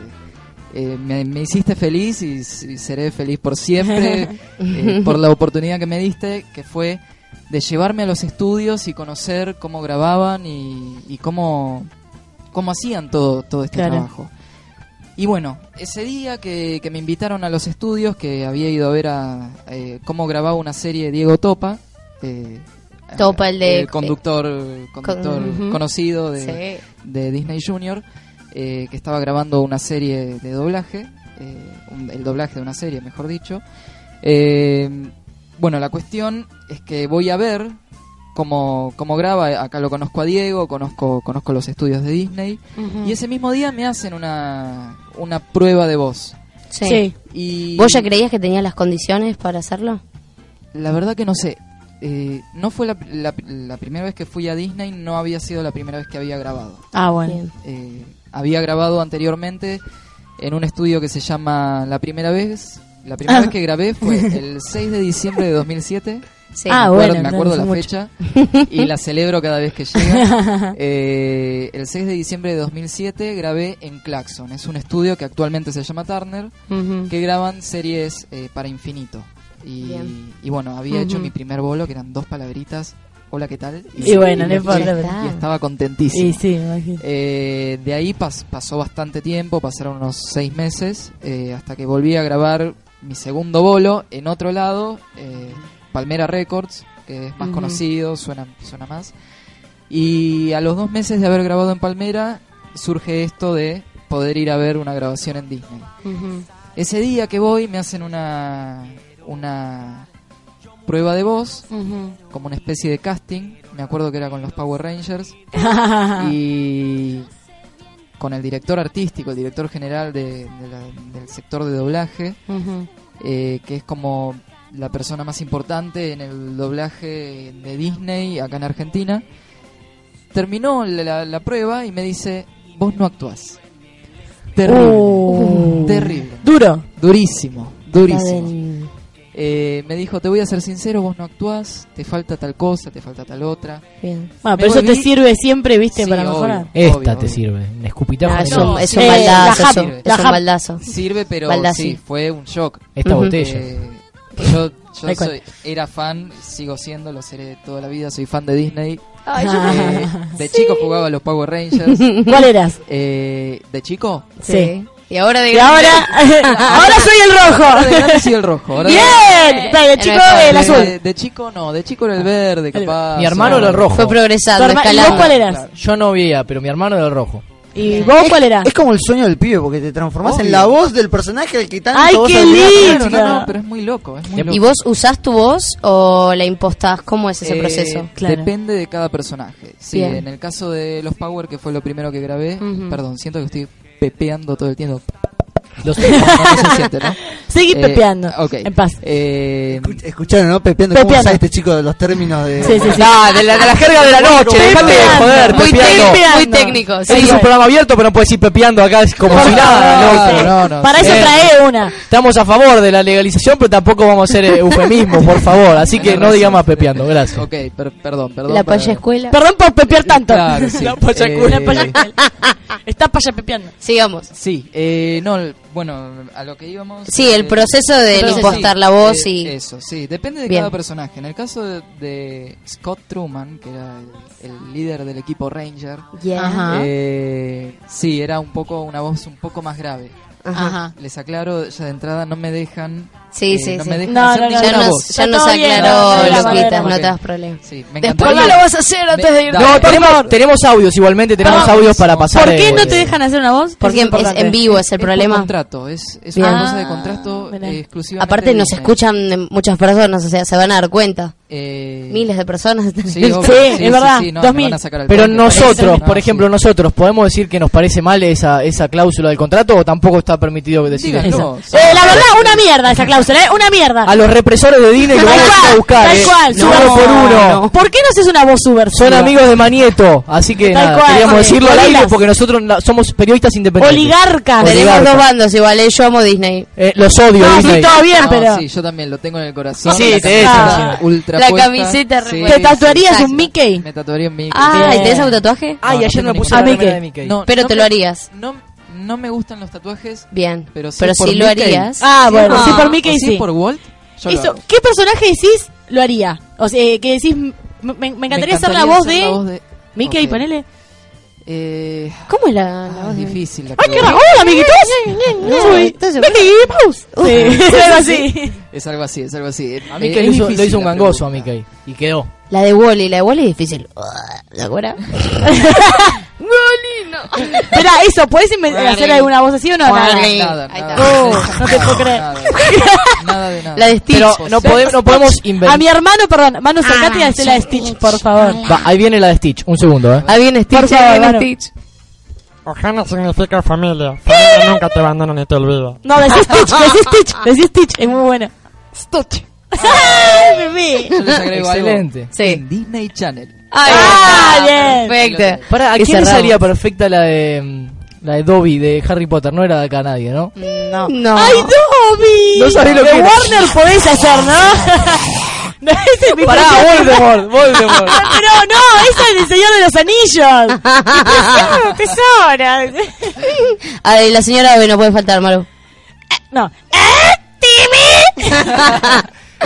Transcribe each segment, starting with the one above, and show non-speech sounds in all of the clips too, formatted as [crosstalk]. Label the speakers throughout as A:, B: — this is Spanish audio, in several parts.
A: eh, me, me hiciste feliz y, s- y seré feliz por siempre eh, por la oportunidad que me diste, que fue de llevarme a los estudios y conocer cómo grababan y, y cómo, cómo hacían todo, todo este
B: Claro.
A: trabajo. Y bueno, ese día que, que me invitaron a los estudios, que había ido a ver a, eh, cómo grababa una serie Diego Topa. eh,
C: Topa, el de-
A: conductor, conductor
C: Ujú.
A: conocido de, de Disney Junior, eh, que estaba grabando una serie de doblaje, eh, un- el doblaje de una serie, mejor dicho. Eh, bueno, la cuestión es que voy a ver cómo, cómo graba. Acá lo conozco a Diego, conozco, conozco los estudios de Disney. Y ese mismo día me hacen una, una prueba de voz.
C: Sí.
B: Sí.
A: Y
C: ¿Vos ya creías que tenías las condiciones para hacerlo?
A: La verdad que no sé. Eh, no fue la, la- la primera vez que fui a Disney, no había sido la primera vez que había grabado.
B: Ah, bueno.
C: Bien.
A: Eh, había grabado anteriormente en un estudio que se llama La Primera Vez. La
B: Ah.
A: primera vez que
B: [laughs]
A: grabé fue el 6 de diciembre de 2007.
C: Sí.
B: Ah,
A: me acuerdo,
B: bueno,
A: me
B: no,
A: acuerdo
B: no
A: la
B: mucho.
A: fecha
B: [laughs]
A: y la celebro cada vez que llega. Eh, el 6 de diciembre de 2007 grabé en Claxon. Es un estudio que actualmente se llama Turner, que graban series eh, para infinito. Y,
C: Bien.
A: y bueno, había hecho mi primer bolo, que eran dos palabritas. Hola, ¿qué tal?
B: Y bueno, no
A: lo
B: importa,
A: escuché
C: pero-
A: Y estaba contentísimo.
B: Y sí, me imagino.
A: Eh, de ahí pas- pasó bastante tiempo, pasaron unos seis meses, eh, hasta que volví a grabar mi segundo bolo en otro lado, eh, Palmera Records, que es más conocido, suena, suena más. Y a los dos meses de haber grabado en Palmera, surge esto de poder ir a ver una grabación en Disney. Ese día que voy me hacen una, una prueba de voz,
B: [laughs]
A: como una especie de casting, me acuerdo que era con los Power Rangers
B: Ah. Uh.
A: y con el director artístico, el director general de- de la- del sector de doblaje, eh, que es como la persona más importante en el doblaje de Disney acá en Argentina. Terminó la, la- la prueba y me dice, vos no actuás. Terrible,
B: Uh.
A: terrible,
B: Duro.
A: durísimo,
C: La
A: durísimo.
C: del-
A: Eh, me dijo, te voy a ser sincero, vos no actuás, te falta tal cosa, te falta tal otra.
C: Bien.
B: Bueno,
A: Me
B: Ah, pero eso te
A: volví-
B: sirve siempre, viste,
A: Sí,
B: para
A: obvio.
B: mejorar.
D: Esta
A: Obvio,
D: te
A: obvio.
D: sirve. Un escupitajo.
C: Ah, No,
D: en
C: es
D: el-
C: un, es un
B: Eh,
C: baldazo,
B: la
C: eso,
A: Jap,
C: es
B: la
C: un
B: Jap.
C: baldazo.
A: Sirve, pero
C: Baldassi.
A: sí, fue un shock.
D: Esta
C: Ujú.
D: botella.
A: Eh, yo yo
B: Ahí
A: soy- era fan, sigo siendo, lo seré toda la vida, soy fan de Disney.
B: Ah.
A: Eh, de chico jugaba a los Power Rangers.
B: [laughs] ¿Cuál eras?
A: Eh, de chico,
B: Sí.
C: Y ahora
B: Y
C: de
B: ahora, [laughs] ahora soy el
A: [laughs] ahora de grande
B: rojo.
A: sí el rojo. ahora de-
B: [laughs] Bien. Dale, chico,
C: mejor.
B: el
A: de-
B: azul.
A: De, de chico no, de chico era el verde, capaz.
D: Mi hermano
A: o-
D: era Ah. el rojo.
C: fue
B: Tu
C: progresando,
B: herma- ¿Y vos
C: escalando.
B: cuál eras?
D: Yo no veía, pero mi hermano era el rojo.
B: ¿Y vos cuál eras?
E: Es
A: Eh,
E: como el sueño del pibe, porque te transformás en la voz del personaje al que tanto
B: ¡Ay,
E: vos
B: qué
E: admirás.
A: Ah, Claro,
B: lindo!
A: no, no, pero es muy loco, es muy loco.
C: ¿Y vos usás tu voz o la impostás? ¿Cómo es ese
A: Eh,
C: proceso?
B: Claro.
A: Depende de cada personaje. Sí,
C: Bien.
A: en el caso de los Power, que fue lo primero que grabé,
C: Ujú.
A: perdón, siento que estoy pepeando todo el tiempo. [laughs] Los no se siente,
C: [laughs]
A: ¿no?
B: Seguí
A: Eh,
B: pepeando.
A: ok.
B: En paz.
A: Eh, [laughs]
E: Escuch- Escucharon, ¿no? Pepeando. ¿Cómo
B: Pepeando.
E: sabe este chico de los términos de.?
B: Sí, sí,
A: [laughs]
B: sí.
D: Nah, de la, de la jerga de la noche, dejate de
B: Pepeando.
D: joder,
C: Muy,
D: pepeando.
C: técnico, muy
B: Pepeando.
C: técnico.
D: Ese
C: sí.
D: es un programa abierto, pero no puedes ir pepeando acá es como
B: Por
D: si nada,
B: favor.
D: loco, no, no.
B: Para eso
D: Eh,
B: trae una.
D: Estamos a favor de la legalización, pero tampoco vamos a hacer eh, eufemismo, por favor. Así que no digamos pepeando, gracias.
A: ok, per- perdón, perdón.
C: La
A: perdón.
C: paya escuela.
B: Perdón por pepear tanto.
A: Claro, sí.
D: La paya
A: Eh,
D: escuela.
B: [laughs] La paya- Está paya pepeando.
C: Sigamos.
A: Sí, eh, no, el- bueno, a lo que íbamos.
C: Sí, el
A: eh,
C: proceso del
A: entonces,
C: impostar
A: sí,
C: la voz
A: eh,
C: y-
A: Eso, sí, depende de
C: Bien.
A: cada personaje. En el caso de, de Scott Truman, que era el, el líder del equipo Ranger,
C: Ajá.
A: eh, sí, era un poco una voz un poco más grave.
C: Ajá.
A: Les aclaro, ya de entrada no me dejan.
C: Sí,
A: eh,
C: sí,
A: no
C: sí.
A: me dejan
B: No,
A: hacer
B: no, no,
A: ninguna
C: Ya
B: no.
C: nos,
A: voz.
C: ya
B: Está
C: nos
B: todo bien,
C: aclaró,
A: no, no, no,
C: Loquitas,
A: no,
C: no
A: no,
C: te
A: no.
C: das problema.
A: Sí, me
C: Después
A: encantaría-
C: no lo
B: vas a hacer
A: antes de irte.
D: No,
A: Por
D: tenemos, tenemos audios igualmente, tenemos
B: Perdón.
D: audios para pasar.
B: ¿Por qué
D: eh,
B: no te dejan hacer una voz?
C: Porque
B: Eso
C: es,
B: importante.
C: en vivo es el
A: Es por
C: problema.
A: contrato, es, es
C: Bien.
A: una cosa de
C: Ah,
A: contrato
B: mirá.
A: eh, exclusivamente.
C: Aparte
A: de
C: nos
A: Disney.
C: escuchan de muchas personas, o sea, se van a dar cuenta.
A: Eh,
C: Miles de personas están
A: Sí,
C: en el
A: obvio,
B: Sí,
C: chat.
B: es verdad,
A: no,
B: 2000.
A: me van a sacar el
D: Pero
A: puente,
D: nosotros,
A: no,
D: por
A: sí.
D: ejemplo, nosotros, ¿podemos decir que nos parece mal esa, esa cláusula del contrato o tampoco está permitido decir
A: Díganlo.
D: eso?
A: No, sí.
B: Eh, la verdad, una mierda esa cláusula, ¿eh? Una mierda.
D: A los represores de Disney lo
B: Tal
D: vamos a
B: cual,
D: buscar.
B: tal
D: eh.
B: cual,
D: Uno
B: suba-
D: por uno.
C: No.
B: ¿Por qué no haces una voz subversiva?
D: Son amigos de Manieto, así que
B: Tal
D: nada,
B: cual,
D: queríamos
B: sí.
D: decirlo al aire
B: Gorilas.
D: porque nosotros na- somos periodistas independientes.
B: Oligarcas.
C: Tenemos
D: Oligarca.
C: dos bandos igual, eh, yo amo Disney.
D: Eh, los odio,
B: No, sí,
D: Disney.
B: todo bien,
A: No,
B: pero
A: Ah, Sí, yo también lo tengo en el corazón.
D: Sí,
A: la
D: te
A: camiseta
B: es,
A: ultra
C: La
A: puesta.
C: camiseta
A: Sí,
C: revuelta.
B: ¿Te tatuarías
A: sí,
B: un Mickey?
A: Me tatuaría en Mickey.
C: Ah, ¿y
B: Bien.
C: tenés autotatuaje?
D: Ay, ayer me puse
B: la
D: la
B: remera
D: remera
B: de
D: Mickey.
A: No,
C: Pero
A: no
C: te
A: me-
C: lo harías.
A: No, no me gustan los tatuajes.
C: Bien. Pero
A: Pero
C: si,
A: sí por
C: lo
A: Mickey.
C: harías.
B: Ah, bueno,
C: no.
B: sí, por
A: ¿O
B: Mickey
A: si es
B: sí.
A: por Walt? Yo lo
B: Eso,
A: hago.
B: ¿Qué personaje decís lo haría? O sea, eh, que decís, m- me, me encantaría hacer la voz de Mickey,
A: Ok.
B: ponele.
A: Eh,
C: ¿Cómo es la, la
A: ah,
C: voz
A: es
C: de-
A: difícil. la
B: ¡Ay, qué
A: que-
B: raro! ¡Hola, amiguitos! Soy
C: Entonces,
B: Mickey Mouse. [laughs] Sí, algo así.
A: Es algo así, es algo así. Eh,
D: A Mickey
A: es
D: le hizo,
A: difícil
D: le hizo un
A: la
D: gangoso a
A: pregunta.
D: Mickey y quedó.
C: La de Wally, la de Wally es [laughs] difícil. ¿De acuerdo? Wally, no.
B: Espera, eso, ¿puedes hacer alguna voz así o no? Nada.
C: Wally.
A: Nada,
C: Ahí
A: nada.
C: está.
A: [laughs]
B: Oh, no te puedo creer.
A: Nada,
B: [laughs]
A: nada de nada.
C: La de Stitch.
D: Pero no, pode- no podemos
B: A mi
D: inventar.
B: hermano, perdón, mano, sacate y hacela de Stitch, por favor.
D: Va, ahí viene la de Stitch, un segundo, eh.
C: [laughs] Ahí viene Stitch,
B: Por favor,
C: ahí viene
B: bueno.
C: Stitch.
F: Ojana significa familia. Familia nunca te abandona ni te olvida.
B: No, decís Stitch, decís Stitch, decís Stitch, es muy buena. Stitch. ¡Ay, bebé!
A: Yo les agrego algo.
D: Excelente.
C: Sí.
A: En Disney Channel.
C: Ahí
B: Ah,
C: está,
B: bien.
C: Perfecto.
D: Para, ¿a
C: Y
D: quién le
C: cerramos.
D: salía perfecta la de mm, la de Dobby de Harry Potter? No era de acá nadie, ¿no?
C: No. no.
B: ¡Ay, Dobby!
D: No sabés lo
B: De
D: que era.
B: Warner podés hacer, [laughs] ¿no? no ese es mi
D: Pará,
B: precio-
D: Voldemort,
A: [laughs]
D: Voldemort.
B: Pero no, esa es del Señor de los Anillos. ¡Qué tesoro, tesora!
C: A ver, la señora hoy no puede faltar, Maru.
B: No. ¡Eh, Timmy!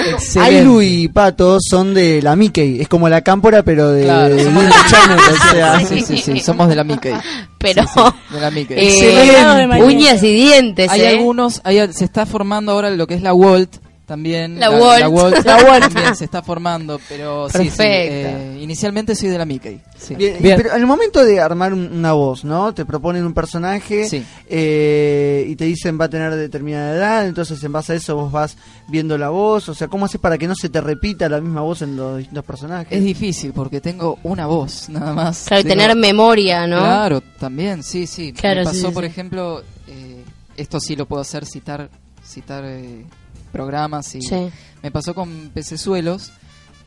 D: Excelente.
E: Ailu y Pato son de la Mickey. Es como la cámpora, pero de,
A: Claro.
E: de
D: [laughs]
E: Disney Channel. O sea,
A: Sí, sí, sí, somos de la Mickey.
C: Pero.
A: Sí, sí, de la Mickey.
C: Eh,
B: Excelente.
C: [laughs] uñas y dientes,
A: Hay
C: eh.
A: algunos, hay, al- se está formando ahora lo que es la Walt también.
C: La Walt. [laughs] La Walt.
A: también se está formando, pero sí, sí,
C: Perfecto.
A: eh, inicialmente soy de la Mickey. sí.
E: Bien,
D: Bien.
E: Pero al momento de armar un- una voz, ¿no? Te proponen un personaje
A: Sí.
E: eh, y te dicen va a tener determinada edad, entonces en base a eso vos vas viendo la voz, o sea, ¿cómo haces para que no se te repita la misma voz en los distintos
A: Es
E: personajes?
A: difícil porque tengo una voz nada más.
C: Claro, y
A: Digo,
C: tener memoria, ¿no?
A: Claro, también, sí, sí.
C: Claro,
A: Me
C: sí,
A: pasó,
C: sí,
A: por
C: sí.
A: ejemplo, eh, esto sí lo puedo hacer, citar, citar eh, programas y
C: Sí.
A: me pasó con pecesuelos,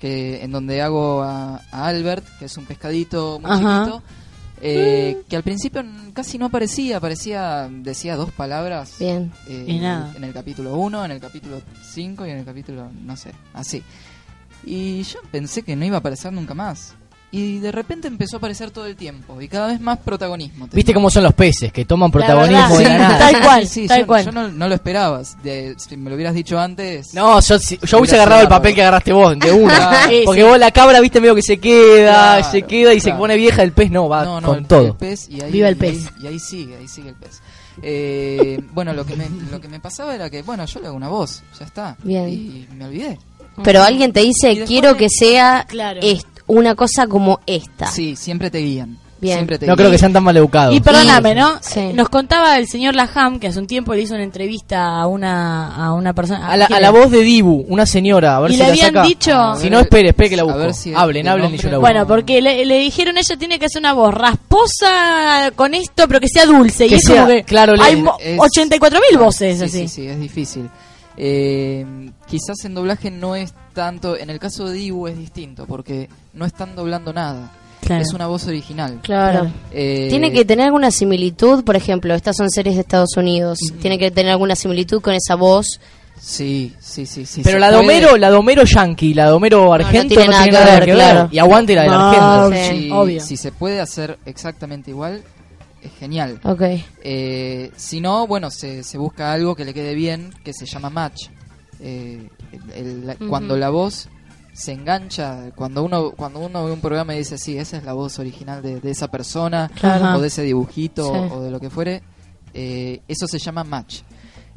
A: que en donde hago a, a Albert, que es un pescadito muy
C: Ajá.
A: chiquito, eh, que al principio n- casi no aparecía, aparecía, decía dos palabras
C: Bien.
A: eh,
B: Y nada.
A: en el capítulo 1, en el capítulo 5 y en el capítulo, no sé, así. Y yo pensé que no iba a aparecer nunca más. Y de repente empezó a aparecer todo el tiempo y cada vez más protagonismo. tenía.
D: Viste cómo son los peces, que toman
B: La verdad,
D: protagonismo de
B: sí.
D: la nada.
B: Tal cual,
A: Sí, sí,
B: tal
A: yo,
B: cual.
A: yo no, no lo esperabas. De- si me lo hubieras dicho antes.
D: No, yo, si- yo hubiese
A: Hubiera
D: agarrado el papel
A: sido bárbaro.
D: que agarraste vos, de una.
A: Claro.
B: [laughs] Sí,
D: Porque
B: sí.
D: vos la cabra, viste, medio que se queda,
A: Claro,
D: se queda y se
A: claro.
D: pone vieja, el pez no, va
A: No, no,
D: con
A: el, el
D: todo.
A: pez y ahí,
B: Viva el
A: y ahí-
B: pez.
A: Y ahí, sigue, ahí sigue el pez. Eh, [laughs] bueno, lo que, me, lo que me pasaba era que, bueno, yo le hago una voz, ya está.
C: Bien.
A: Y me olvidé.
C: Pero alguien te
A: Y
C: dice,
A: después
C: quiero
A: de-
C: que sea
B: Claro.
C: est- una cosa como esta.
A: Sí, siempre te guían.
C: Bien.
A: Siempre te
D: No creo que sean tan maleducados.
B: Y perdóname, ¿no?
C: Sí.
B: Nos contaba el señor Laham que hace un tiempo le hizo una entrevista a una, a una persona.
D: A la, a la voz de Dibu, una señora. A ver
B: Y
D: si
B: le
D: la
B: habían
D: saca.
B: dicho-
D: Si no, espere, espere que la
A: A
D: busco.
A: ver si-
D: hablen,
A: el
D: hablen y
A: nombre-
D: yo la busco.
B: Bueno, porque le, le dijeron ella tiene que hacer una voz rasposa con esto, pero que sea dulce. y
D: Que
B: es
D: sea-
B: como que
D: claro, le-
B: hay mo-
A: es-
B: 84.000 voces
A: Sí,
B: así.
A: sí, sí, es difícil. Eh, quizás en doblaje no es tanto. En el caso de Dibu es distinto, porque no están doblando nada.
B: Claro.
A: Es una voz original.
C: Claro.
A: Eh,
C: Tiene que tener alguna similitud, por ejemplo, estas son series de Estados Unidos. Tiene que tener alguna similitud con esa voz.
A: Sí, sí, sí. sí
D: Pero
A: se
D: la de
A: puede.
D: Homero, la de Homero Yankee, la de Homero Argento no, tiene nada que ver.
C: claro. Ah,
D: Y aguante la del
B: No,
D: Argento.
C: Sí.
A: Si-
B: obvio.
A: Si se puede hacer exactamente igual, es genial.
C: Ok.
A: Eh, si no, bueno, se, se busca algo que le quede bien, que se llama match. Eh, el- el- la-
C: Ujú.
A: Cuando la voz se engancha, cuando uno cuando uno ve un programa y dice, sí, esa es la voz original de, de esa persona,
C: Claro.
A: o de ese dibujito,
C: Sí.
A: o de lo que fuere, eh, eso se llama match.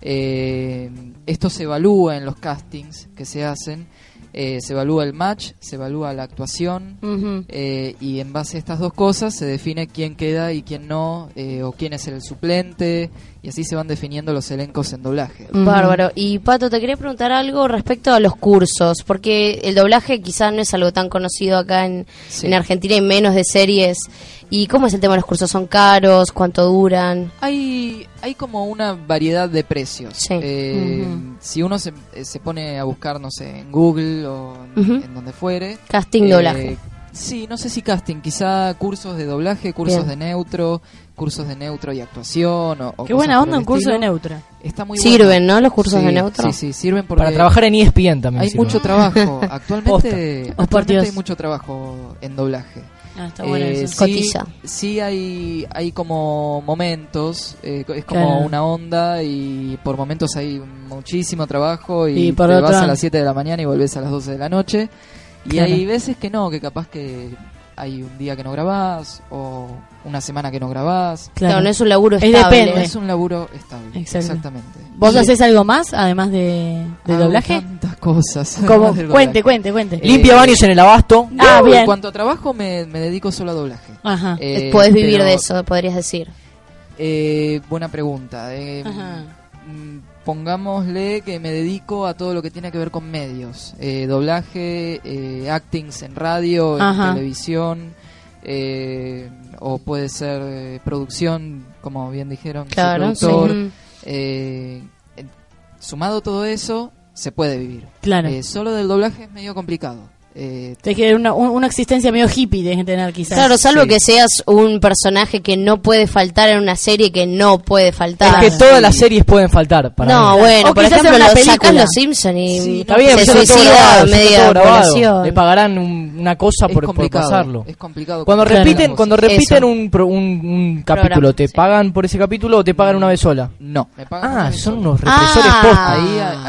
A: Eh, esto se evalúa en los castings que se hacen, eh, se evalúa el match, se evalúa la actuación,
C: Ujú.
A: eh, y en base a estas dos cosas se define quién queda y quién no, eh, o quién es el suplente, y así se van definiendo los elencos en doblaje.
C: Bárbaro. Y Pato, te quería preguntar algo respecto a los cursos, porque el doblaje quizás no es algo tan conocido acá en,
A: Sí.
C: en Argentina y menos de series. ¿Y cómo es el tema de los cursos? ¿Son caros? ¿Cuánto duran?
A: Hay, hay como una variedad de precios.
C: Sí.
A: Eh,
C: Ujú.
A: Si uno se, eh, se pone a buscar, no sé, en Google o en,
C: Ujú.
A: en donde fuere.
C: Casting
A: eh,
C: doblaje.
A: Sí, no sé si casting, quizá cursos de doblaje, cursos
C: Bien.
A: de neutro, cursos de neutro y actuación. O, o
B: Qué
A: cosas
B: buena
A: por
B: onda
A: el
B: un curso de
A: estilo.
B: neutra.
A: Está muy
C: Sirven,
A: bueno.
C: ¿no? Los cursos de
A: Sí,
C: neutro.
A: Sí, sí, sirven porque
D: Para trabajar en E ESPN también.
A: hay
D: sirve.
A: mucho
B: [laughs]
A: trabajo. Actualmente,
B: Posta. Oh, por
A: actualmente
B: Dios.
A: hay mucho trabajo en doblaje.
B: Ah, está
A: Eh,
B: bueno eso.
A: sí,
C: Cotiza.
A: sí hay, hay como momentos, eh, co- es como
B: Claro.
A: una onda y por momentos hay muchísimo trabajo y,
B: Y por
A: te vas
B: otra-
A: a las 7 de la mañana y volvés a las 12 de la noche. Y
B: Claro.
A: hay veces que no, que capaz que hay un día que no grabás o una semana que no grabás.
C: Claro, no es un laburo
B: Es
C: estable.
A: No
B: depende.
A: es un laburo estable.
B: Exacto.
A: Exactamente.
B: ¿Vos
A: Y-
B: haces algo más, además de, de
A: Hago
B: doblaje?
A: [laughs] Tantas cosas. [laughs]
B: Como,
A: Ah, además del
B: cuente,
A: doblaje.
B: cuente, cuente.
A: Eh,
D: Limpia baños en el abasto.
B: Ah,
A: No,
B: bien.
A: En cuanto a trabajo, me, me dedico solo a doblaje.
B: Ajá.
A: Eh,
C: Podés Ah, vivir
A: pero,
C: de eso, podrías decir.
A: eh, buena pregunta. Eh,
B: Ajá.
A: mm, Pongámosle que me dedico a todo lo que tiene que ver con medios: Eh, doblaje, eh, actings en radio, en
B: Ajá.
A: televisión, eh, o puede ser eh, producción, como bien dijeron, soy
C: Claro, sí.
A: productor.
C: Ujú.
A: Eh, eh, sumado todo eso, se puede vivir.
B: Claro.
A: Eh, solo del doblaje es medio complicado. Eh,
B: Tenés que tener una, un- una existencia medio hippie de tener quizás.
C: Claro, salvo
A: Sí.
C: que seas un personaje que no puede faltar en una serie que no puede faltar.
D: Es que todas las series pueden faltar. Para
C: no,
D: mí.
C: bueno,
B: O
C: por
B: quizás
C: ejemplo,
B: en una
C: lo sacas
B: película.
C: los Simpson y
A: Sí,
D: Está bien,
C: se
D: pero ya está todo
C: suicida
D: grabado,
C: a
D: ya está
C: media
D: todo grabado.
C: población.
D: Le pagarán un- una cosa por,
A: es
D: por
A: complicado,
D: pasarlo.
A: Es complicado.
D: Cuando
A: Claro.
D: repiten,
A: Las
D: cuando
A: cosas.
D: repiten
C: Eso.
D: un, pro- un, un
C: Programa,
D: capítulo, ¿te
C: sí.
D: pagan por ese capítulo o te pagan una vez sola?
A: No, me pagan una
D: Ah,
A: vez
D: son
A: solo.
D: unos Ah. represores
C: Ah.
D: posta.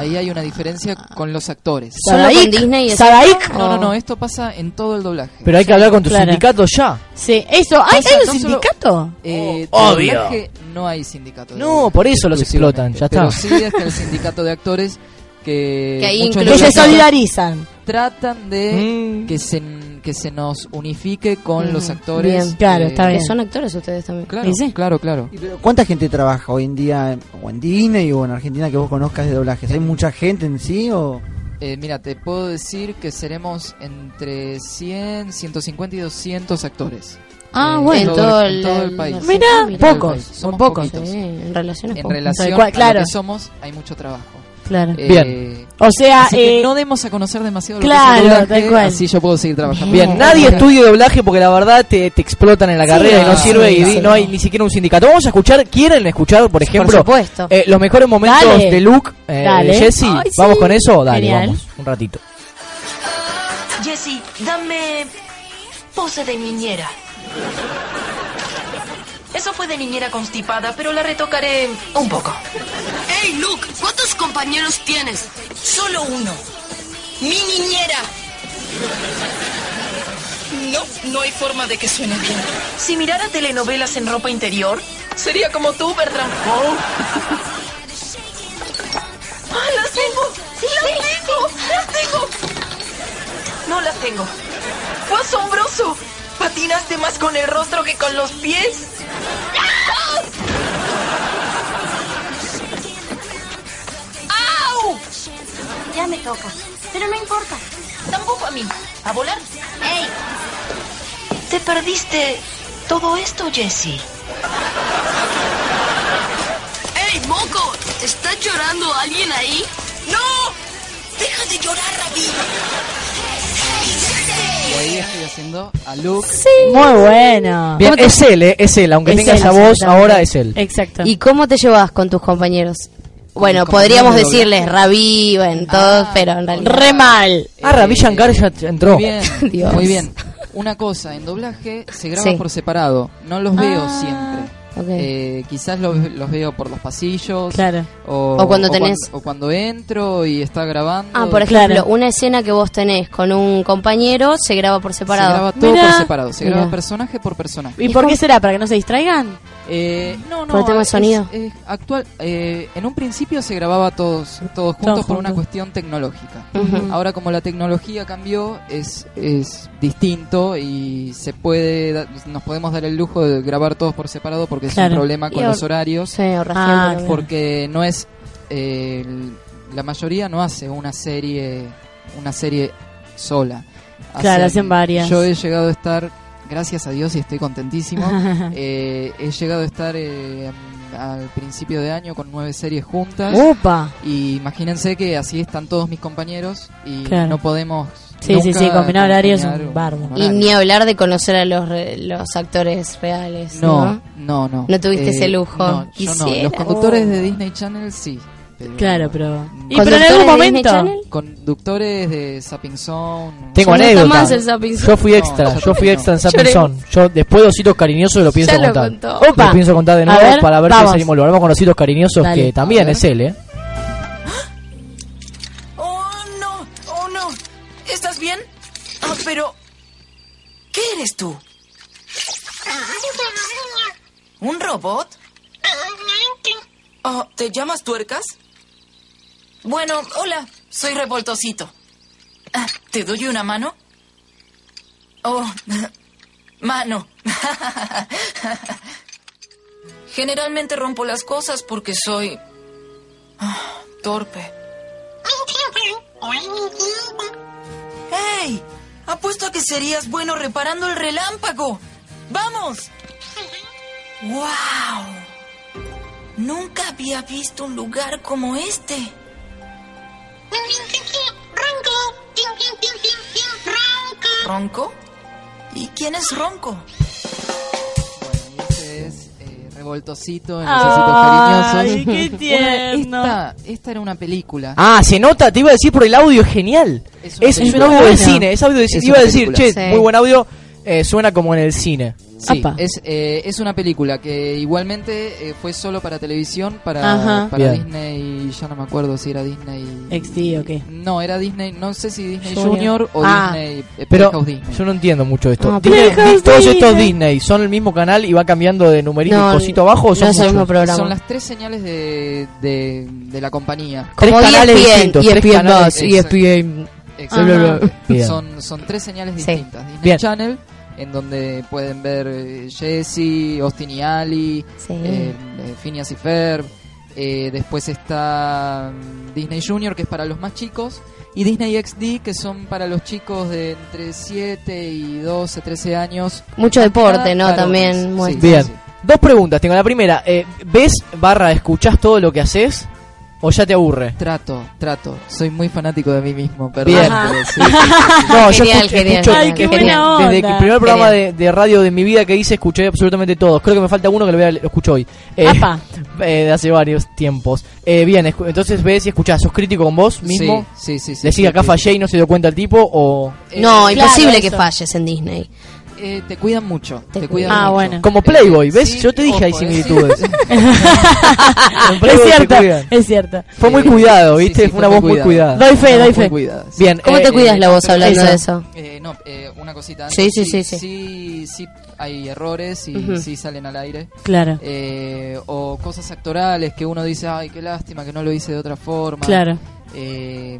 A: Ahí, ahí hay una diferencia con los actores.
C: Solo
B: Sadaik,
C: con Disney es-
B: Sadaik.
A: No, no, no,
C: Oh.
A: esto pasa en todo el doblaje.
D: Pero hay que hablar con tu
B: Claro.
D: sindicato ya.
B: Sí, eso. ¿Hay,
A: Pasa
B: hay un
A: no solo-
B: sindicato?
A: Eh,
D: Oh,
A: de
D: obvio.
A: doblaje no hay sindicato. de
D: No,
A: doblaje,
D: por eso los
A: exclusivamente.
D: explotan, ya
A: Pero
D: está.
A: sí está el sindicato de actores que,
C: Que ahí
A: muchos
C: incluye-
B: Que se
A: dobladores
B: solidarizan.
A: tratan de
D: Mm.
A: que se que se nos unifique con
C: Ujú,
A: los actores.
C: bien.
B: Claro, está
C: Que
B: bien.
C: son actores ustedes también.
A: Claro,
B: Sí, sí.
A: claro, claro.
E: Y pero, ¿Cuánta gente trabaja hoy en día, en- o en Disney o en Argentina que vos conozcas de doblajes? ¿Hay mucha gente en sí o...?
A: Eh, mira, te puedo decir que seremos entre 100, 150 y 200 actores.
C: Ah,
A: Eh,
C: bueno,
A: en
C: todo
A: todo
C: el-
A: el, en todo el país.
C: Mirá,
A: En todo el país.
B: pocos,
A: Somos
B: pocos.
C: Sí,
A: poquitos.
C: en relación a
A: En
C: poco.
A: relación
B: cual,
A: a
B: claro.
A: lo que somos, hay mucho trabajo.
B: Claro.
A: Eh,
D: Bien.
B: o sea,
A: así que
B: eh,
A: no demos a conocer demasiado
B: claro,
A: lo que es el doblaje,
B: tal cual.
A: así yo puedo seguir trabajando.
D: Bien, nadie estudie doblaje porque la verdad te, te explotan en la carrera y no
A: eh, sí,
D: sirve y
C: sí.
D: no hay ni siquiera un sindicato. Vamos a escuchar, ¿quieren escuchar, por ejemplo,
C: supuesto.
D: eh, los mejores momentos
B: Dale.
D: de Luke, eh,
B: Dale.
D: de Jesse?
B: Ay,
D: ¿Vamos
B: sí.
D: con eso? Dale,
B: Genial.
D: vamos, un ratito.
G: Jessy, dame pose de niñera. Eso fue de niñera constipada, pero la retocaré un poco. ¡Hey, Luke! ¿Cuántos compañeros tienes? Solo uno. ¡Mi niñera! No, no hay forma de que suene bien. Si mirara telenovelas en ropa interior, sería como tú, Bertram. ¡Ah, las tengo! ¡Las tengo! ¡Las tengo! No las tengo. ¡Fue asombroso! Pat- patinaste más con el rostro que con los pies? ¡Au!
H: Ya me toca. Pero no importa.
G: Tampoco a mí. ¿A volar? ¡Ey! Te perdiste todo esto, Jessie.
I: ¡Ey, Moco! ¿Está llorando alguien ahí? ¡No! ¡Deja de llorar, Rabí!
A: Y ahí estoy haciendo a Luke.
B: Muy bueno.
D: Bien, es él, eh, es él, aunque
C: Es
D: tenga
C: él,
D: esa voz,
C: exactamente. Eh,
D: ahora es él.
B: Exacto.
C: ¿Y cómo te llevas con tus compañeros? Bueno,
D: compañeros
C: podríamos
D: de
C: decirles Rabí, bueno, todos, pero en realidad. ¡Re mal!
D: Ah, Ravi Shankar ya entró.
C: Muy eh, bien, Dios.
A: Muy bien. Una cosa, en doblaje se graba
C: Sí.
A: por separado, no los veo siempre.
C: ok.
A: Eh, quizás los, los veo por los pasillos.
C: Claro.
A: O,
C: O cuando tenés-
A: cuan- o cuando entro y está grabando.
C: Ah, por ejemplo, una escena que vos tenés con un compañero se graba por separado.
A: Se graba todo
C: Mirá.
A: por separado, se graba
C: Mirá.
A: personaje por personaje.
B: ¿Y por qué será? ¿Para que no se distraigan?
A: Eh, no, no.
C: Por el tema de
A: es-
C: sonido.
A: es actual, eh, en un principio se grababa todos, todos juntos por una
B: juntos.
A: cuestión tecnológica.
C: Mm.
B: Ujú.
A: Ahora como la tecnología cambió, es, es distinto y se puede, da- nos podemos dar el lujo de grabar todos por separado porque es
C: Claro.
A: un problema con
C: Y
A: los
C: ahor-
A: horarios.
C: sí, ahorras tiempo Ah, también.
A: porque no es, eh, el- la mayoría no hace una serie, una serie sola.
B: Claro, hacen varias.
A: Yo he llegado a estar, gracias a Dios y
B: [laughs]
A: estoy contentísimo, eh, he llegado a estar eh, al principio de año con nueve series juntas.
B: Opa.
A: Y imagínense que así están todos mis compañeros y
B: Claro.
A: no podemos.
B: Sí, sí,
A: nunca
B: sí, combinar horarios es un
A: combinar
B: bardo.
C: Y
A: horario.
C: ni hablar de conocer a los, re- los actores reales. No,
A: No, no, no.
C: No tuviste
A: Eh,
C: ese lujo.
A: no, yo no.
C: Quisiera.
A: Los conductores de Disney Channel sí. pero-
B: Claro, pero-
C: ¿Y pero en algún ¿Conductores de Disney momento? Channel?
A: Conductores de Zapping Zone.
D: Tengo
C: Ya no está
D: anécdota.
C: más el Zapping Zone.
D: Yo fui
C: No,
D: extra,
A: ya
D: yo fui
A: no.
D: extra en Zapping
C: Lloremos.
D: Zone. Yo después de ositos cariñosos lo pienso
C: Ya lo
D: contar.
C: contó.
D: Lo
C: Opa.
D: pienso contar de
C: A
D: nuevo
C: ver,
D: para ver
C: vamos.
D: si salimos. Lo vamos con ositos cariñosos
C: Dale.
D: que también
C: A ver.
D: es él, ¿eh?
G: ¡Oh, no! ¡Oh, no! ¿Estás bien? Ah, pero... ¿Qué eres tú? ¿Un robot? Ah, ¿Te llamas tuercas? Bueno, hola, soy revoltosito. Ah, ¿Te doy una mano? Oh, [laughs] mano. [laughs] Generalmente rompo las cosas porque soy... ah, torpe. ¡Hey! Apuesto a que serías bueno reparando el relámpago. ¡Vamos! ¡Wow! Nunca había visto un lugar como este. ¿Ronco? ¿Y quién es Ronco?
A: Este es eh, Revoltosito en
D: Ay,
A: Los Ositos Cariñosos.
D: qué
A: [laughs] Una-
D: tierno.
A: esta, esta era una película.
D: Ah, se nota, te iba a decir por el audio, es genial.
A: Es
D: Es,
A: una
D: un
A: película.
D: audio de
A: Bueno.
D: cine, es audio de
A: Es
D: cine.
A: una
D: Iba a decir, che,
A: película. Sí.
D: muy buen audio, eh, suena como en el cine.
A: Sí, es, eh, es una película que igualmente eh, fue solo para televisión, para,
B: Ajá.
A: para
B: Bien.
A: Disney, ya no me acuerdo si era Disney...
B: XD o qué.
A: No, era Disney, no sé si Disney Junior,
B: Junior.
A: o
B: Ah.
A: Disney... eh,
D: Pero
A: Playhouse Disney.
D: yo no entiendo mucho esto.
A: Ah,
D: Disney-
A: Playhouse
D: todos estos
A: Disney.
D: Disney son el mismo canal y va cambiando de numerito
C: No,
D: y cosito abajo. ¿o
B: Pues
D: son
C: no es el
D: muchos?
C: mismo programa.
A: Son las tres señales de, de, de la compañía.
D: Tres
C: Como
D: canales
C: ESPN,
D: distintos, tres
C: ESPN+,
D: canales-
C: ESPN.
A: Exacto.
C: Bla, bla, bla.
D: Bien.
A: Son, son tres señales
C: Sí.
A: distintas. Disney
D: Bien.
A: Channel, en donde pueden ver eh, Jesse, Austin y Ali, eh, eh, Phineas y Ferb. Eh, después está mm, Disney Junior, que es para los más chicos. Y Disney XD, que son para los chicos de entre 7 y 12, 13 años.
C: Mucho deporte, ¿no?
A: Varones.
C: También
A: Sí,
C: muestra.
D: Bien. Dos preguntas tengo. La primera, eh, ¿ves barra escuchás todo lo que haces o ya te
C: [laughs]
D: aburre?
A: Trato, trato. Soy muy fanático de mí mismo, perdón.
D: Bien.
A: pero
B: [laughs]
A: sí.
D: No, yo
C: Genial,
D: escucho,
C: genial,
D: escucho-
C: Ay, qué
D: escucho-
C: buena
D: desde
C: onda.
D: que el primer programa de,
C: Genial.
D: de radio de mi vida que hice escuché absolutamente todos. Creo que me falta uno que lo, voy a- lo escucho hoy. Eh, [laughs] eh, de hace varios tiempos. Eh, bien, escu- entonces ves y escuchás. ¿Sos crítico con vos mismo?
A: Sí, sí, sí. sí,
D: ¿Decís que acá
A: crítico.
D: fallé y no se dio cuenta el tipo o...?
C: No,
A: Eh,
C: imposible
A: claro,
C: que
A: eso.
C: falles en Disney.
A: Eh, te cuidan mucho. Te,
C: cuidan.
A: cuidan
C: Ah,
A: mucho.
C: bueno.
D: Como Playboy, ¿ves? Yo te dije hay
A: ojo, eh,
D: similitudes.
A: [laughs] sí.
D: En Playboy te [laughs] cuidan.
B: es cierto.
D: Fue muy cuidado, ¿viste?
A: sí,
D: fue una
A: fue
D: voz
A: muy
D: muy cuidada.
A: cuidado. Doy fe,
D: Una
A: doy
D: voz muy
A: fe.
D: cuidada. Bien.
C: ¿Cómo
D: eh,
C: te cuidas la voz
D: pero
C: hablando de
D: esa-
C: eso?
A: Eh, no, eh, una cosita.
C: Sí, sí, sí, sí.
A: sí. Sí, sí hay errores y
C: Ujú. Ah.
A: sí salen al aire.
B: Claro.
A: Eh, o cosas actorales que uno dice, ay, qué lástima que no lo hice de otra forma.
B: Claro.
A: Eh,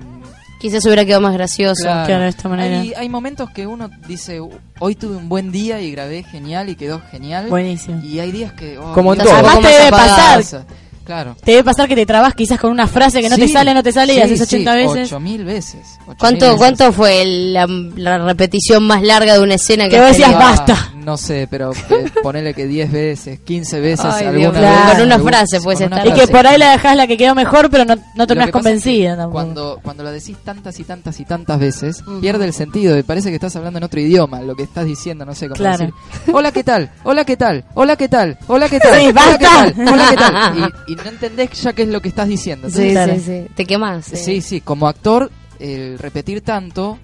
C: Quizás hubiera quedado más gracioso.
B: Claro, de esta manera.
A: Hay, hay momentos que uno dice, hoy tuve un buen día y grabé genial y quedó genial.
B: Buenísimo.
A: Y hay días que... oh,
D: Como en
A: estás
D: todo.
A: apagado,
D: Además te debe
A: apagado.
D: pasar.
A: Claro.
B: Te debe pasar que te trabas quizás con una frase que no te
A: Sí,
B: sale, no te sale y
A: sí,
B: haces 80
A: sí,
B: veces.
A: 8000 veces. 8000
C: ¿Cuánto,
A: veces.
C: ¿Cuánto fue la, la repetición más larga de una escena que,
B: Que vos
C: has
B: decías,
C: tenido?
B: "Basta".
A: Ah, No sé, pero eh, ponele que 10 veces, 15 veces,
C: Ay,
A: alguna
C: Dios,
A: vez,
C: claro. Con una
A: algún-
C: frase, pues,
A: con una
C: está.
B: Y que
A: frase.
B: por ahí la dejás la que quedó mejor, pero no, no
A: Lo
B: terminás
A: que pasa es que
B: convencida. tampoco.
A: Cuando, cuando la decís tantas y tantas y tantas veces, pierde el sentido y parece que estás hablando en otro idioma, lo que estás diciendo, no sé cómo
B: Claro.
A: decir. Hola, ¿qué tal? Hola, ¿qué tal? Hola, ¿qué tal? Hola, ¿qué tal?
C: Sí,
A: Hola, ¿qué
C: basta.
A: tal? Hola, ¿qué tal? Y, y no entendés ya qué es lo que estás diciendo.
C: Sí,
A: Entonces,
C: sí, sí. Te quemás. eh.
A: Sí, sí, como actor, el repetir tanto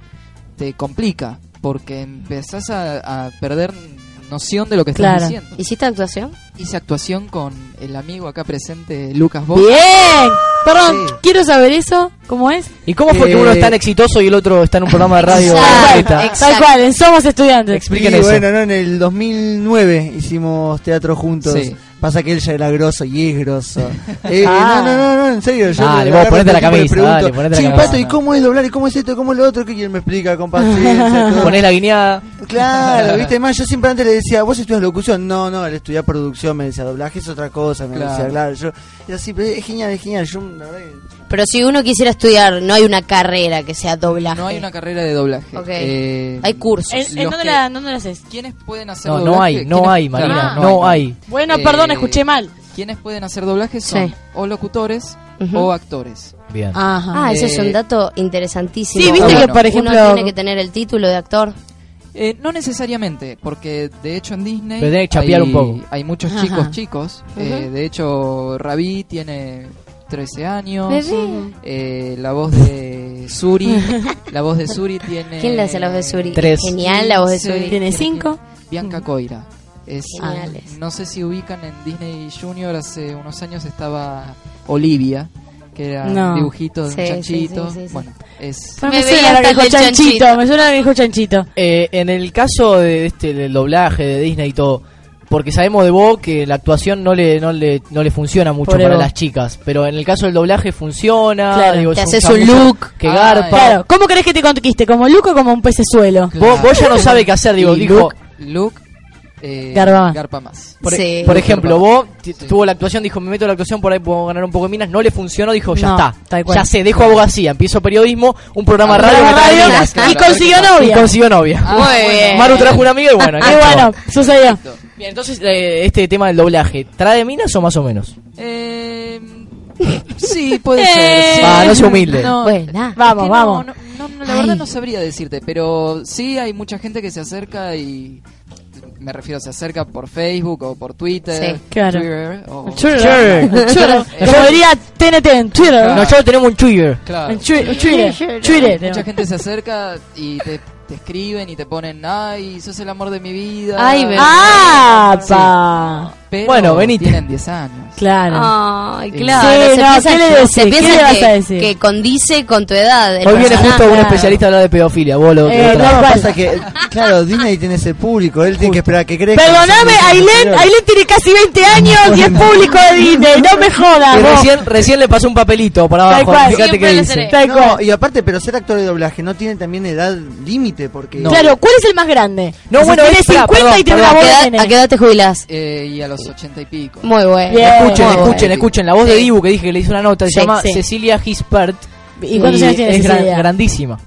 A: te complica, porque empezás a, a perder noción de lo que
C: Claro.
A: estás diciendo.
C: ¿Hiciste actuación?
A: Hice actuación con el amigo acá presente, Lucas Bosch.
B: Bien. Perdón,
A: Sí.
B: quiero saber eso. ¿Cómo es?
D: ¿Y cómo fue que
A: Eh,
D: uno es tan exitoso y el otro está en un programa de radio? Ahorita.
B: Tal cual, en Somos Estudiantes.
D: Expliquen
E: y
D: eso.
E: bueno, ¿no? en el 2009 hicimos teatro juntos.
D: Sí.
E: Pasa que él ya era groso y es grosso. Eh,
D: Ah.
E: No, no, no, no, en serio. Yo
D: Dale,
E: le
D: vos,
E: agarro
D: ponete
E: a
D: la
E: este tipo y le
D: camisa,
E: pregunto,
D: dale, ponete la
E: "Che,
D: camisa".
E: Pato, ¿y cómo es doblar? ¿Y cómo es esto? ¿Cómo es lo otro? Que él me explica con
D: [laughs]
E: paciencia. todo.
D: Ponés la guineada.
A: [laughs]
E: Claro, viste, más yo siempre antes le decía, vos estudias locución, no, no, él estudia producción, me decía, doblaje es otra cosa, me
A: Claro.
E: decía, claro, yo, era así, pero es genial, es genial, yo, la verdad que-
C: Pero si uno quisiera estudiar, no hay una carrera que sea doblaje.
A: No hay una carrera de doblaje.
C: Ok.
A: Eh,
C: Hay cursos.
A: ¿En- en
C: Los que-
A: dónde la-
B: ¿Dónde lo haces?
A: ¿Quiénes pueden hacer
D: No, no
A: doblaje?
D: hay, no
A: ¿Quiénes-
D: hay, Marina,
B: Ah.
A: Claro,
D: no hay.
B: Bueno, perdón, escuché mal.
A: ¿Quiénes pueden hacer doblaje? Son
C: Sí.
A: o locutores
C: Ujú.
A: o actores.
D: Bien.
C: Ah, ese es un dato interesantísimo.
B: Sí, viste
A: Eh, que,
C: Uno
A: por ejemplo-
C: tiene que tener el título de actor.
A: Eh, no necesariamente, porque de hecho en Disney
D: Pero tenés que chapear
A: hay,
D: un poco.
A: hay muchos
D: Ajá.
A: chicos chicos. Eh,
D: Ujú.
A: de hecho, Ravi tiene 13 años.
C: Bebé.
A: Eh, la voz
C: [laughs]
A: de Suri. la voz de Suri tiene...
C: ¿Quién le hace la voz de Suri?
D: Tres.
C: Genial la voz de
A: 15.
C: Suri.
A: Tiene cinco. Bianca Coira. Es,
C: Geniales.
A: No sé si ubican en Disney Junior, hace unos años estaba Olivia, que era
B: No.
A: un dibujito de un
B: Sí, sí,
A: chanchito.
B: sí, sí, sí.
A: Bueno, es...
B: Pero me suena la que dijo chanchito. Me suena la que dijo chanchito.
D: Eh, en el caso de este del doblaje de Disney y todo, porque sabemos de vos que la actuación no le no le, no le funciona mucho
B: Pobre
D: para
B: Bo.
D: las chicas, pero en el caso del doblaje funciona,
B: Claro,
D: digo,
B: te
D: es
B: haces un
D: chamuyo
B: look.
D: que
B: Ay.
D: garpa.
B: Claro, ¿cómo querés que te conquiste? ¿Como Luke o como un pecesuelo?
D: Vos, vos ya no sabes qué hacer, digo,
A: Y
D: dijo,
A: Luke, Luke, eh,
B: Garpa más.
A: más.
D: por, e-
A: Sí.
D: por ejemplo, vos
A: Garpa
D: t- tuvo la actuación, dijo, me meto en la actuación, por ahí puedo ganar un poco de minas, no le funcionó, dijo, ya
B: No, tal
D: está,
B: cual.
D: ya sé, dejo abogacía, empiezo periodismo, un programa
B: Ah,
D: radio,
B: programa
D: que trae
B: radio,
D: minas.
B: y consiguió
D: Y
B: novia.
D: consiguió novia.
B: Ah, Muy bueno. bien.
D: Maru trajo una amiga y bueno.
B: Y bueno, sucedió.
D: Bien, entonces eh, este tema del doblaje, ¿trae minas o más o menos?
A: Eh, sí,
C: [laughs]
A: puede ser. sí.
D: Ah, no sea humilde.
C: Buena.
A: es que
B: Vamos,
A: no,
B: vamos.
A: no, no, no, la verdad no sabría decirte, pero sí hay mucha gente que se acerca y me refiero se acerca por Facebook o por Twitter,
B: Sí, claro.
A: Twitter o-
B: Twitter. Twitter.
A: Eh,
B: Como diría TNT en Twitter.
A: Claro.
D: Nosotros tenemos un Twitter.
A: Claro.
B: En Twi-
A: Sí.
B: Twitter, Sí, sí, Twitter,
A: Mucha
B: no.
A: gente se acerca y te, te escriben y te ponen, ay, sos el amor de mi vida.
B: Ay,
A: bebé.
B: ¡Ah, pa!
A: Pero
B: Bueno, venite.
A: Tienen 10 años.
B: Claro.
C: Ah. Ay,
A: Sí.
C: claro.
B: Sí,
C: se
B: no,
C: piensa,
B: ¿qué le
C: que-
B: decís?
C: se
B: ¿Qué
C: piensa
B: le vas
C: que,
B: a decir?
C: que condice con tu edad. el
D: Hoy viene
C: personaje.
D: justo un especialista a hablar de pedofilia, vos lo, lo
E: Eh,
D: traes.
E: no, pasa que, claro, Disney tiene ese público, él tiene que esperar a que crezca.
B: Perdóname, Ailén, Ailén tiene casi 20 años y es público de Disney, no me jodas.
D: Y
B: vos.
D: recién, recién le pasó un papelito por
B: Tal
D: abajo,
B: cual.
D: fíjate
B: Siempre
D: qué
B: le
D: dice.
B: Tal
E: No,
B: cual.
E: y aparte, pero ser actor de doblaje no tiene también edad límite, porque...
B: Claro, ¿cuál es el más grande?
E: No,
B: O sea,
E: bueno,
B: tiene
E: espera,
B: 50 y
E: perdón,
B: tiene una
E: perdón.
B: voz de
E: ¿A qué
B: nene.
C: Ah, ¿A qué edad te jubilás?
A: Eh, y a los ochenta y pico.
C: Muy bueno.
D: Escuchen,
C: Muy bueno.
D: escuchen, escuchen. La voz de Dibu que dije que le hizo una nota se
C: Sí,
D: llama
C: sí.
D: Cecilia Gispert.
C: ¿Y cuántos años tiene
D: es gran-
C: Cecilia?
D: grandísima.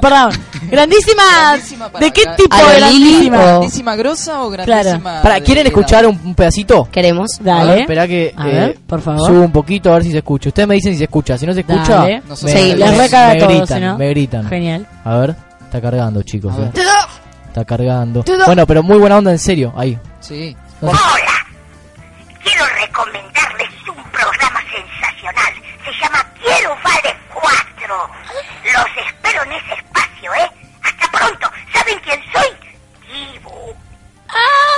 B: Perdón, perdón.
D: [laughs]
B: Grandísima. ah, ¿De qué tipo
D: ¿A
B: de
D: la
B: grandísima?
D: Lili o-
A: ¿Grandísima grosa o grandísima?
D: Para, ¿Quieren escuchar un, un pedacito?
C: Queremos.
B: Dale.
D: Espera que
B: A
D: eh,
B: ver, por favor.
D: subo un poquito a ver si se escucha. Ustedes me dicen si se escucha. Si no se escucha,
B: Dale.
D: me,
B: Nosotros Sí,
D: me-
B: les recaga
D: me
B: todo,
D: gritan,
B: si no.
D: me gritan.
B: Genial.
D: A ver, está cargando, chicos. eh. Está cargando.
I: Te da-
D: Bueno, pero muy buena onda, en serio. Ahí.
A: Sí.
D: No sé-
I: Quiero recomendarles un programa sensacional. Se llama Quiero Vale 4. Los espero en ese espacio, ¿eh? Hasta pronto. ¿Saben quién soy? Dibu.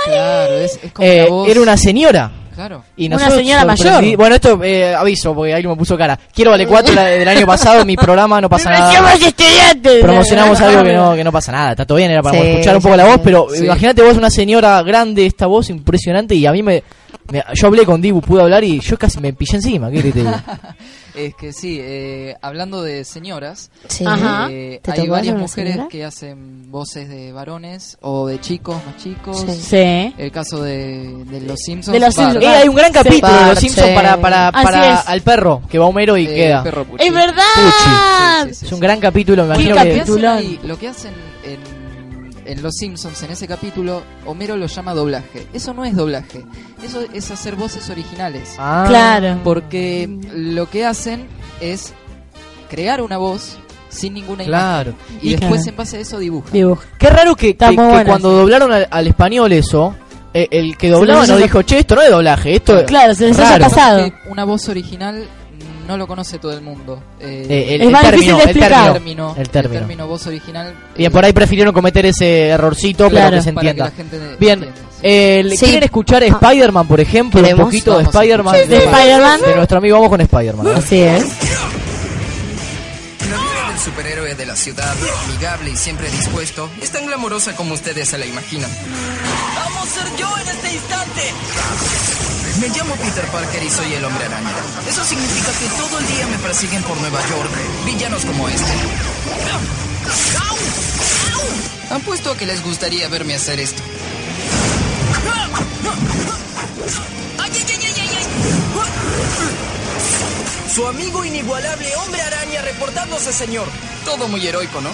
A: Claro, es, es como
D: Eh,
A: la voz.
D: era una señora.
A: Claro.
D: Y
A: Una
D: nosotros
A: señora mayor.
D: sorprendi- Bueno, esto eh, aviso porque alguien me puso cara. Quiero vale 4 del año pasado, mi programa no pasa nada.
B: Somos
D: [laughs]
B: estudiantes. [laughs]
D: Promocionamos algo que no, que no pasa nada, está todo bien, era para
B: Sí,
D: escuchar un poco
B: ya
D: la voz,
B: sé.
D: pero
B: Sí.
D: imagínate vos una señora grande, esta voz impresionante y a mí me... Me- yo hablé con Dibu, pude hablar y yo casi me pillé encima. ¿Qué querés que te diga?
A: Es que sí, eh, hablando de señoras,
D: Sí.
A: eh,
D: Ajá. ¿Te
A: hay
D: tocó
A: varias
D: alguna
A: mujeres
D: señora?
A: que hacen voces de varones o de chicos más chicos.
B: Sí. Sí.
A: El caso de, de Los Simpsons.
B: De Los Simpsons.
D: Eh, hay un gran
B: Sí.
D: capítulo de Los
B: Parche.
D: Simpsons para, para,
B: Así
D: para
B: es.
D: al perro, que va Homero y
A: Eh,
D: queda.
A: el perro
B: ¡Es verdad!
D: Es un gran capítulo, me
A: Bueno,
D: imagino
A: lo que
D: que-
A: hacen ahí- lo que hacen en, en Los Simpsons, en ese capítulo, Homero lo llama doblaje. Eso no es doblaje, eso es hacer voces originales.
D: Ah. Claro.
A: Porque lo que hacen es crear una voz sin ninguna
D: Claro.
A: imagen. Y
D: Y
A: después
D: claro.
A: en base a eso dibujan.
D: Qué raro que,
A: Está
D: que-
A: muy
D: que
A: bueno
D: cuando doblaron al, al español eso, eh, el que doblaba
A: les
D: no
A: hizo-
D: dijo, che, esto no es doblaje, esto es raro".
A: Lo que pasa es que Una voz original no lo conoce todo el mundo. Eh,
D: Eh, el- Es el más término, difícil de el explicar. término,
A: el
D: el término.
A: término voz original
D: Bien, Eh, por ahí prefirieron cometer ese errorcito
A: Claro.
D: para que se
A: Para que
D: entienda.
A: la gente
D: Bien, eh, ¿le
A: Sí. Ah.
D: ¿quieren escuchar a Spider-Man, por ejemplo? Un
A: ¿Queremos?
D: poquito
A: Vamos a
D: de Spider-Man.
A: escuchar. ¿De Spider-Man?
D: De nuestro amigo, vamos con Spider-Man. ¿eh?
J: Así es.
K: La vida del superhéroe de la ciudad, amigable y siempre dispuesto, es tan glamorosa como ustedes se la imaginan.
G: ¡Vamos a ser yo en este instante!
K: Me llamo Peter Parker y soy el hombre araña. Eso significa que todo el día me persiguen por Nueva York, villanos como este. Han puesto a que les gustaría verme hacer esto. Su amigo inigualable, hombre araña, reportándose, señor. Todo muy heroico, ¿no?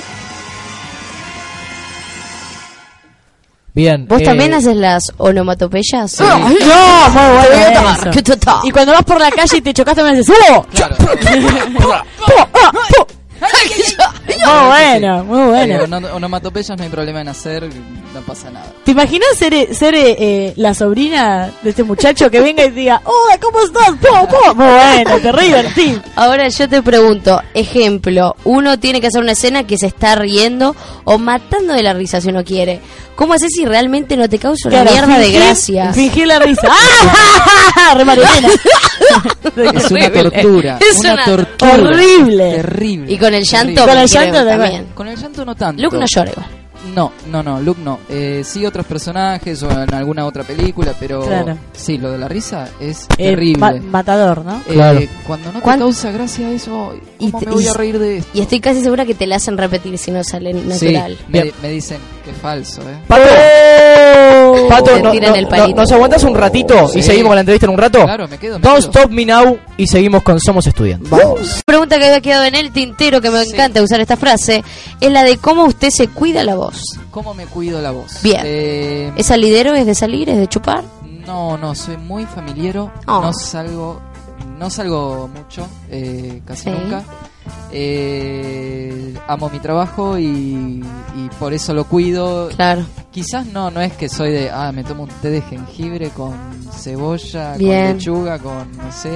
D: Bien.
C: ¿Vos
D: eh,
C: también haces las onomatopeyas?
B: ¡No! ¡No!
C: Te voy a
B: Eso.
C: dar, que te ta-
B: Y cuando vas por la calle y te chocaste, me dices ¡Oh! ah, Muy
A: Ah,
B: bueno, muy bueno.
A: bueno. Onomatopeyas no hay problema en hacer, no pasa
B: [laughs]
A: nada.
B: ¿Te imaginas ser, eh, ser eh, eh, la sobrina de este muchacho que venga y diga, ¡Oh, cómo estás! ¡Po, po! Muy bueno, te re divertí.
C: Ahora yo te pregunto, ejemplo, uno tiene que hacer una escena que se está riendo o matando de la risa si uno quiere. ¿Cómo haces si realmente no te causa una
B: Claro,
C: mierda de
B: fingir-
C: gracia?
B: Fingir la risa.
A: [laughs]
B: ¡Ah! Re marioneta. [laughs]
A: Es una tortura.
C: Es
A: una,
C: una-
A: tortura.
C: horrible.
A: Terrible.
C: Y con el llanto,
A: Terrible.
C: Con el creo, llanto también. también.
A: Con el llanto no tanto.
C: Luke no llora igual.
A: No, no, no, Luke no. Eh, sí, otros personajes o en alguna otra película, pero
B: Claro.
A: sí, lo de la risa es
B: Eh,
A: terrible.
B: ma- matador, ¿no?
A: Eh, Cuando no te causa gracia eso, ¿cómo
C: te-
A: me voy a reír de esto?
C: Y estoy casi segura que te la hacen repetir si no sale
A: Sí,
C: natural.
A: me, me dicen que es falso, ¿eh?
D: Pato, Pato,
C: Te
D: no,
C: tiran
D: no-
C: el
D: no-
C: palito.
D: ¿nos aguantas un ratito
A: Sí.
D: y seguimos con la entrevista en un rato?
A: Claro, me quedo, me
D: Don't
A: quedo.
D: stop me now y seguimos con Somos Estudiantes.
C: Una pregunta que había quedado en el tintero, que me encanta usar esta frase, es la de cómo usted se cuida la voz.
A: ¿Cómo me cuido la voz?
C: Bien.
A: Eh,
C: ¿Es salidero? ¿Es de salir? ¿Es de chupar?
A: No, no, soy muy familiero.
C: Oh.
A: No salgo, no salgo mucho, eh, casi
C: Sí.
A: nunca. Eh, amo mi trabajo y, y por eso lo cuido.
C: Claro.
A: Quizás no, no es que soy de, ah, me tomo un té de jengibre con cebolla,
C: Bien.
A: con lechuga, con no sé.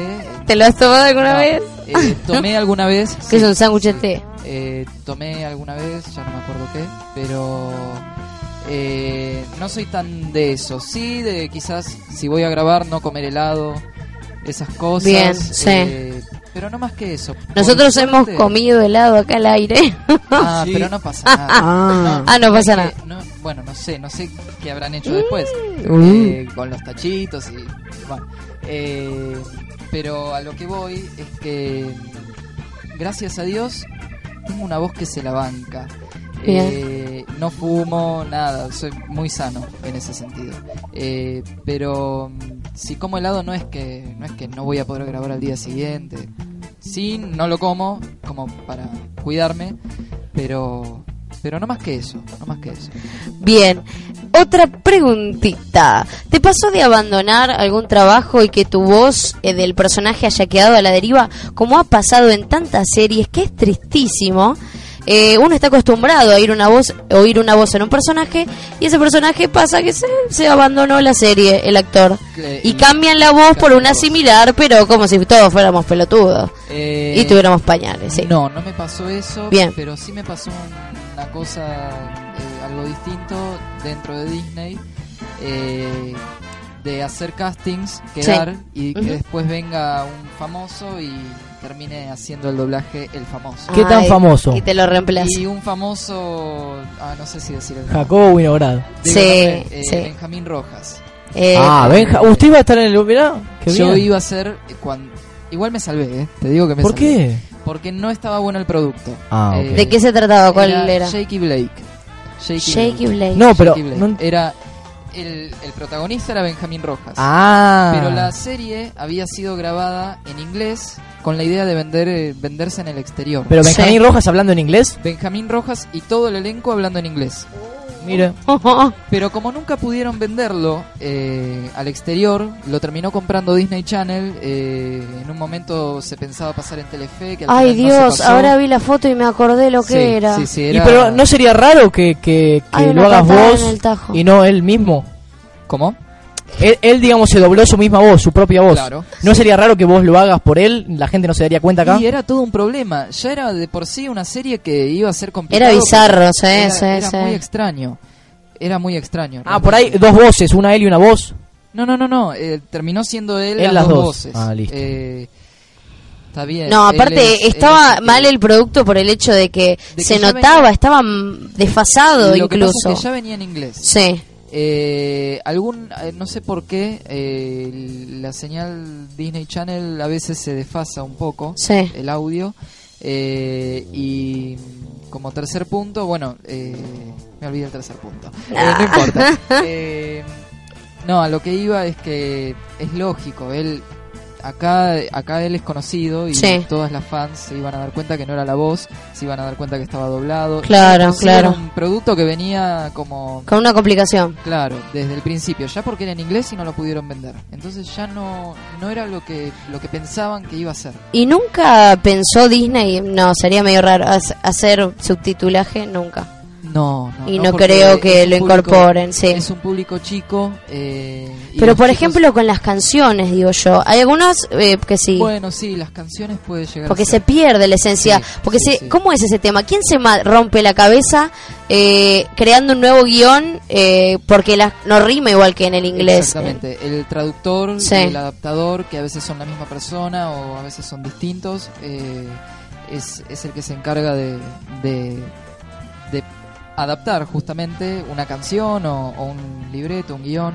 C: ¿Te lo has tomado alguna
A: No,
C: vez?
A: eh, tomé alguna vez.
C: [laughs] Que es
A: sí.
C: un sándwich de té.
A: Eh, tomé alguna vez, ya no me acuerdo qué, pero eh, no soy tan de eso. Sí, de quizás si voy a grabar no comer helado, esas cosas.
C: Bien, sí.
A: eh, pero no más que eso. Por
C: Nosotros
A: suerte-
C: hemos comido helado acá al aire.
A: Ah, pero no pasa nada.
C: Ah, [laughs] no
A: es
C: pasa
A: que-
C: nada.
A: no- bueno, no sé, no sé qué habrán hecho después.
C: Mm.
A: eh, con los tachitos y. Bueno, eh, pero a lo que voy es que. Gracias a Dios, tengo una voz que se la banca.
C: Bien.
A: Eh, no fumo, nada, soy muy sano en ese sentido. Eh, pero mm, si como helado no es que no es que no voy a poder grabar al día siguiente. Sí, no lo como como para cuidarme, pero pero no más que eso, no más que eso.
C: Bien. Otra preguntita. ¿Te pasó de abandonar algún trabajo y que tu voz eh, del personaje haya quedado a la deriva? Como ha pasado en tantas series, que es tristísimo. Eh, uno está acostumbrado a oír una voz, oír una voz en un personaje y ese personaje pasa que se, se abandonó la serie, el actor. Y cambian la voz por una similar, pero como si todos fuéramos pelotudos.
A: Eh,
C: Y tuviéramos pañales, sí.
A: No, no me pasó eso,
C: Bien.
A: pero sí me pasó un- una cosa, eh, algo distinto dentro de Disney, eh, de hacer castings, quedar y que
C: Ujú.
A: después venga un famoso y termine haciendo el doblaje el famoso.
C: Ah,
D: ¿Qué tan Ay, famoso? y
C: te lo reemplaza.
A: Y un famoso, ah, no sé si decir el nombre.
D: Jacobo Winograd.
A: Digo el nombre, eh, Benjamín Rojas.
C: Eh,
D: ah, Benja. Usted iba a estar en el. Mirá, qué
A: Yo
D: bien.
A: iba a ser cuando igual me salvé, ¿eh? te digo que me
D: ¿Por
A: salvé.
D: qué?
A: Porque no estaba bueno el producto. Eh,
D: Ah, ok.
C: ¿De qué se trataba? ¿Cuál era?
A: Shaky Blake.
C: Shaky Blake.
D: No, pero
A: Blake.
D: no-
A: era el, el protagonista era Benjamín Rojas.
D: Ah.
A: Pero la serie había sido grabada en inglés con la idea de vender eh, venderse en el exterior.
D: Pero Benjamín Rojas hablando en inglés.
A: Benjamín Rojas y todo el elenco hablando en inglés.
D: Mira.
A: Pero como nunca pudieron venderlo eh, al exterior, lo terminó comprando Disney Channel. eh, en un momento se pensaba pasar en Telefe. Que al
C: Ay
A: final no se
C: Dios,
A: pasó.
C: ahora vi la foto y me acordé lo que
A: Sí,
C: era.
A: sí, sí,
D: Y
A: era-
D: pero no sería raro que, que, que
C: Hay una
D: lo hagas
C: patada en el
D: vos
C: tajo.
D: y no él mismo.
A: ¿Cómo?
D: Él, él, digamos, se dobló su misma voz, su propia voz.
A: Claro.
D: ¿No sería raro que vos lo hagas por él? ¿La gente no se daría cuenta acá?
A: Y era todo un problema. Ya era de por sí una serie que iba a ser complicada.
C: Era bizarro, sí,
A: era,
C: sí,
A: era
C: sí.
A: muy extraño. Era muy extraño.
D: Ah, por ahí dos voces, una él y una voz.
A: No, no, no, no. eh, terminó siendo él,
D: Él
A: las,
D: las
A: dos,
D: dos.
A: voces.
D: Ah, listo.
A: Eh, está bien.
C: No,
A: él es-
C: aparte
A: él
C: estaba
A: es- eh,
C: mal el producto por el hecho de que,
A: que
C: se
A: ya
C: notaba,
A: venía-
C: estaba mm, desfasado
A: Lo que pasa
C: incluso.
A: es que ya venía en inglés.
C: Sí.
A: Eh, algún, eh, no sé por qué, eh, la señal Disney Channel a veces se desfasa un poco
C: Sí.
A: el audio. Eh, y como tercer punto, bueno, eh, me olvidé el tercer punto. Eh,
C: Ah.
A: no
C: [laughs]
A: importa. Eh, no, a lo que iba es que es lógico, él acá acá él es conocido y
C: Sí.
A: todas las fans se iban a dar cuenta que no era la voz, se iban a dar cuenta que estaba doblado.
C: Claro,
A: Entonces, era
C: claro.
A: un producto que venía como
C: Con una complicación.
A: Claro, desde el principio, ya porque era en inglés y no lo pudieron vender. Entonces ya no, no era lo que, lo que pensaban que iba a ser.
C: Y nunca pensó Disney, no, sería medio raro hac- hacer subtitulaje, nunca.
A: No,
C: Y no
A: porque
C: creo que
A: es un
C: lo
A: público-
C: incorporen, sí.
A: Es un público chico. eh, y
C: Pero
A: los
C: por
A: chicos-
C: ejemplo con las canciones, digo yo, hay algunas eh, que sí.
A: Bueno, sí, las canciones puede llegar
C: Porque
A: a
C: se
A: ser.
C: pierde la esencia. porque se, ¿Cómo es ese tema? ¿Quién se ma- rompe la cabeza eh, creando un nuevo guión? eh, porque la, no rima igual que en el inglés. eh.
A: Exactamente. El traductor
C: Sí.
A: y el adaptador, que a veces son la misma persona o a veces son distintos, eh, es, es el que se encarga de, de- de adaptar justamente una canción o, o un libreto, un guión.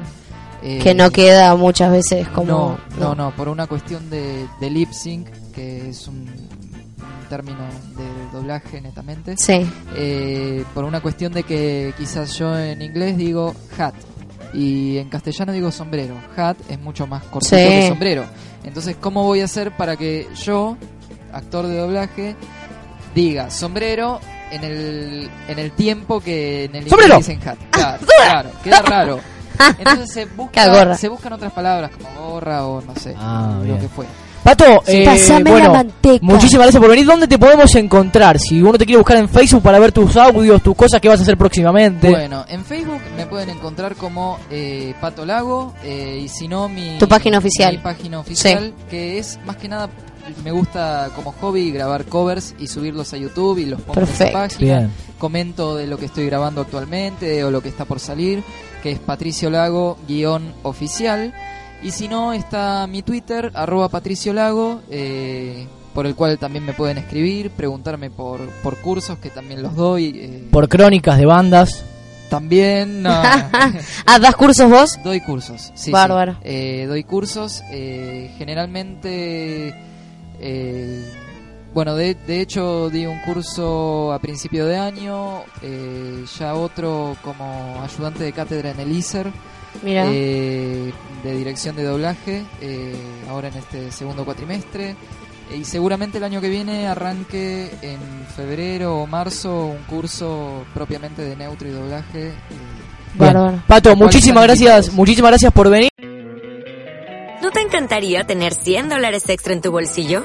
A: eh,
C: que no queda muchas veces como...
A: no, no, no, por una cuestión de, de lip sync, que es un, un término de doblaje netamente.
C: Sí.
A: Eh, por una cuestión de que quizás yo en inglés digo hat y en castellano digo sombrero. Hat es mucho más cortito
C: Sí.
A: que sombrero. Entonces, ¿cómo voy a hacer para que yo, actor de doblaje, diga sombrero en el, en el tiempo que en el inglés
D: ¡Sombrero!
A: dicen hat? Claro, claro,
C: [laughs]
A: queda raro. Entonces se
C: ¡Ah! Queda gorra.
A: busca, se buscan otras palabras como gorra o no sé, lo que fue.
D: Pato,
A: Sí.
D: eh,
A: Pásame
D: bueno,
A: la manteca.
D: muchísimas gracias por venir. ¿Dónde te podemos encontrar? Si uno te quiere buscar en Facebook para ver tus audios, tus cosas que vas a hacer próximamente.
A: Bueno, en Facebook me pueden encontrar como eh, Pato Lago eh, y si no mi
C: Tu página oficial.
A: mi página oficial que es más que nada me gusta como hobby grabar covers y subirlos a YouTube y los pongo en
C: Perfecto.
A: esa página.
C: Bien.
A: Comento de lo que estoy grabando actualmente o lo que está por salir, que es Patricio Lago guión oficial. Y si no, está mi Twitter, arroba Patricio Lago, eh, por el cual también me pueden escribir, preguntarme por, por cursos que también los doy. eh,
D: Por crónicas de bandas.
A: también. no.
C: ah, ¿das cursos vos?
A: Doy cursos, sí.
C: Bárbaro.
A: sí. Eh, doy cursos, eh, generalmente. eh, bueno, de, de hecho, di un curso a principio de año, eh, ya otro como ayudante de cátedra en el ISER.
C: Mirá.
A: eh, de dirección de doblaje, eh, ahora en este segundo cuatrimestre. Y seguramente el año que viene arranque en febrero o marzo un curso propiamente de neutro y doblaje. eh,
D: Bien.
A: Bárbaro.
D: Pato,
A: Al cual
D: muchísimas
A: están
D: gracias, muchísimas gracias por venir.
L: ¿No te encantaría tener 100 dólares extra en tu bolsillo?